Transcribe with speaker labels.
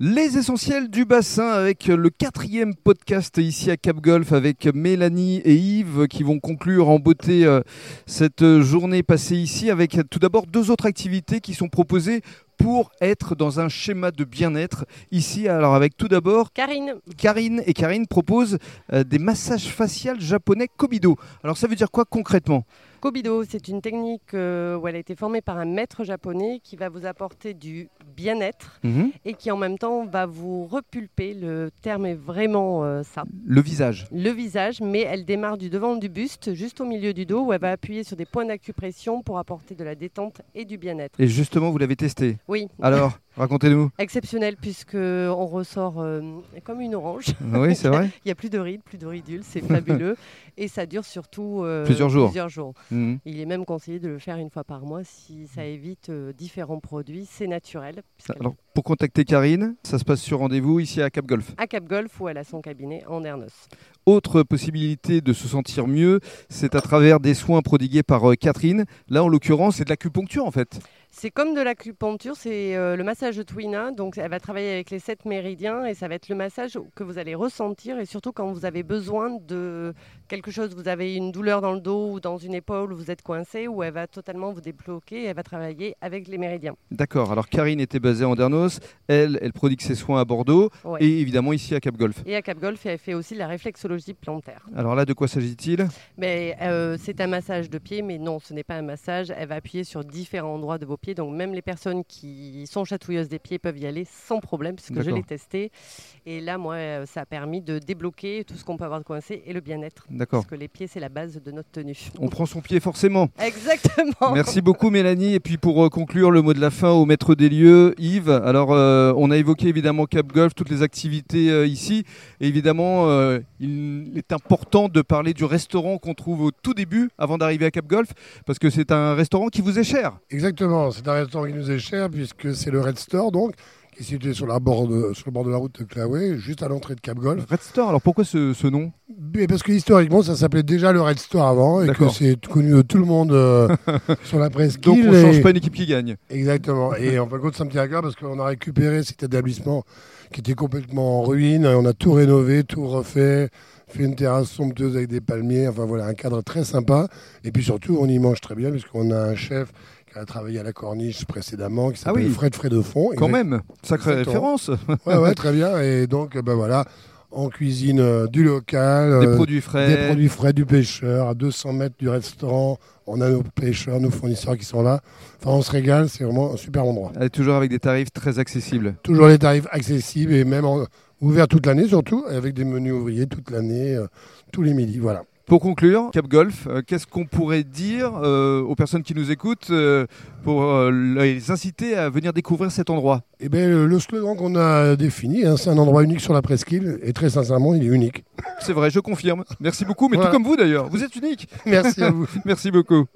Speaker 1: Les essentiels du bassin avec le quatrième podcast ici à Cap Golf avec Mélanie et Yves qui vont conclure en beauté euh, cette journée passée ici avec tout d'abord deux autres activités qui sont proposées pour être dans un schéma de bien-être ici. Alors avec tout d'abord
Speaker 2: Karine,
Speaker 1: Karine et Karine propose euh, des massages faciales japonais Kobido. Alors ça veut dire quoi concrètement
Speaker 2: Kobido, c'est une technique euh, où elle a été formée par un maître japonais qui va vous apporter du bien-être et qui en même temps va vous repulper. Le terme est vraiment euh, ça.
Speaker 1: Le visage.
Speaker 2: Le visage, mais elle démarre du devant du buste, juste au milieu du dos, où elle va appuyer sur des points d'acupression pour apporter de la détente et du bien-être.
Speaker 1: Et justement, vous l'avez testé.
Speaker 2: Oui.
Speaker 1: Alors, racontez-nous.
Speaker 2: Exceptionnel puisque on ressort euh, comme une orange.
Speaker 1: Oui, c'est vrai.
Speaker 2: Il n'y a plus de rides, plus de ridules, c'est fabuleux. Et ça dure surtout euh,
Speaker 1: Plusieurs jours.
Speaker 2: jours.
Speaker 1: Mhm.
Speaker 2: Il est même conseillé de le faire une fois par mois si ça évite euh, différents produits. C'est naturel. puisqu'elle-
Speaker 1: Alors, pour contacter Karine, ça se passe sur rendez-vous ici à Cap Golf.
Speaker 2: À Cap Golf, où elle a son cabinet en Ernos.
Speaker 1: Autre possibilité de se sentir mieux, c'est à travers des soins prodigués par euh, Catherine. Là, en l'occurrence, c'est de l'acupuncture en fait.
Speaker 2: C'est comme de l'acupuncture, c'est euh, le massage de Twina. Donc, elle va travailler avec les sept méridiens et ça va être le massage que vous allez ressentir. Et surtout quand vous avez besoin de quelque chose, vous avez une douleur dans le dos ou dans une épaule, où vous êtes coincé, où elle va totalement vous débloquer. Et elle va travailler avec les méridiens.
Speaker 1: D'accord. Alors, Karine était basée en Dernos. Elle, elle prodigue ses soins à Bordeaux
Speaker 2: Ouais.
Speaker 1: et évidemment ici à Cap Golf.
Speaker 2: Et à Cap Golf, elle fait aussi de la réflexologie plantaire.
Speaker 1: Alors là, de quoi s'agit-il
Speaker 2: Mais euh, c'est un massage de pied, mais non, ce n'est pas un massage. Elle va appuyer sur différents endroits de vos pieds. Donc même les personnes qui sont chatouilleuses des pieds peuvent y aller sans problème, puisque je
Speaker 1: D'accord.
Speaker 2: l'ai testé. Et là, moi, euh, ça a permis de débloquer tout ce qu'on peut avoir de coincé et le bien-être.
Speaker 1: D'accord.
Speaker 2: Parce que les pieds, c'est la base de notre tenue.
Speaker 1: On prend son pied forcément.
Speaker 2: Exactement.
Speaker 1: Merci beaucoup Mélanie. Et puis pour euh, conclure, le mot de la fin au maître des lieux, Yves. Alors euh, on a évoqué évidemment Cap Golf, toutes les activités euh, ici. Et évidemment, euh, il est important de parler du restaurant qu'on trouve au tout début avant d'arriver à Cap Golf, parce que c'est un restaurant qui vous est cher.
Speaker 3: Exactement, c'est un restaurant qui nous est cher puisque c'est le Red Store donc, qui est situé sur, la bord de- sur le bord de la route de Claouet, juste à l'entrée de Cap Golf.
Speaker 1: Red Store, alors pourquoi ce, ce nom
Speaker 3: Mais parce que historiquement ça s'appelait déjà le Red Store avant et que
Speaker 1: D'accord.
Speaker 3: c'est connu de tout le monde euh, sur la presqu'île.
Speaker 1: Donc on ne
Speaker 3: et-
Speaker 1: change pas une équipe qui gagne.
Speaker 3: Exactement. Et en fin de compte, ça me tient à cœur parce qu'on a récupéré cet établissement qui était complètement en ruine. On a tout rénové, tout refait, fait une terrasse somptueuse avec des palmiers. Enfin voilà, un cadre très sympa. Et puis surtout, on y mange très bien puisqu'on a un chef qui a travaillé à la Corniche précédemment, qui
Speaker 1: Ah
Speaker 3: s'appelle
Speaker 1: oui.
Speaker 3: Fred Frédefond.
Speaker 1: Quand même, sacrée
Speaker 3: Exactement.
Speaker 1: référence.
Speaker 3: Ouais, ouais, très bien. Et donc, ben voilà, on cuisine euh, du local.
Speaker 1: Des
Speaker 3: euh,
Speaker 1: produits frais.
Speaker 3: des produits frais du pêcheur, à 200 mètres du restaurant. On a nos pêcheurs, nos fournisseurs qui sont là. Enfin, on se régale, c'est vraiment un super endroit.
Speaker 1: Euh, toujours avec des tarifs très accessibles.
Speaker 3: Toujours les tarifs accessibles et même en- ouverts toute l'année surtout, avec des menus ouvriers toute l'année, euh, tous les midis. Voilà.
Speaker 1: Pour conclure, Cap Golf, euh, qu'est-ce qu'on pourrait dire euh, aux personnes qui nous écoutent euh, pour euh, les inciter à venir découvrir cet endroit
Speaker 3: Et bien Eh ben, le le slogan qu'on a défini, hein, c'est un endroit unique sur la presqu'île et très sincèrement, il est unique.
Speaker 1: C'est vrai, je confirme. Merci beaucoup, mais
Speaker 3: Voilà.
Speaker 1: tout comme vous d'ailleurs, vous êtes unique.
Speaker 3: Merci à vous.
Speaker 1: Merci beaucoup.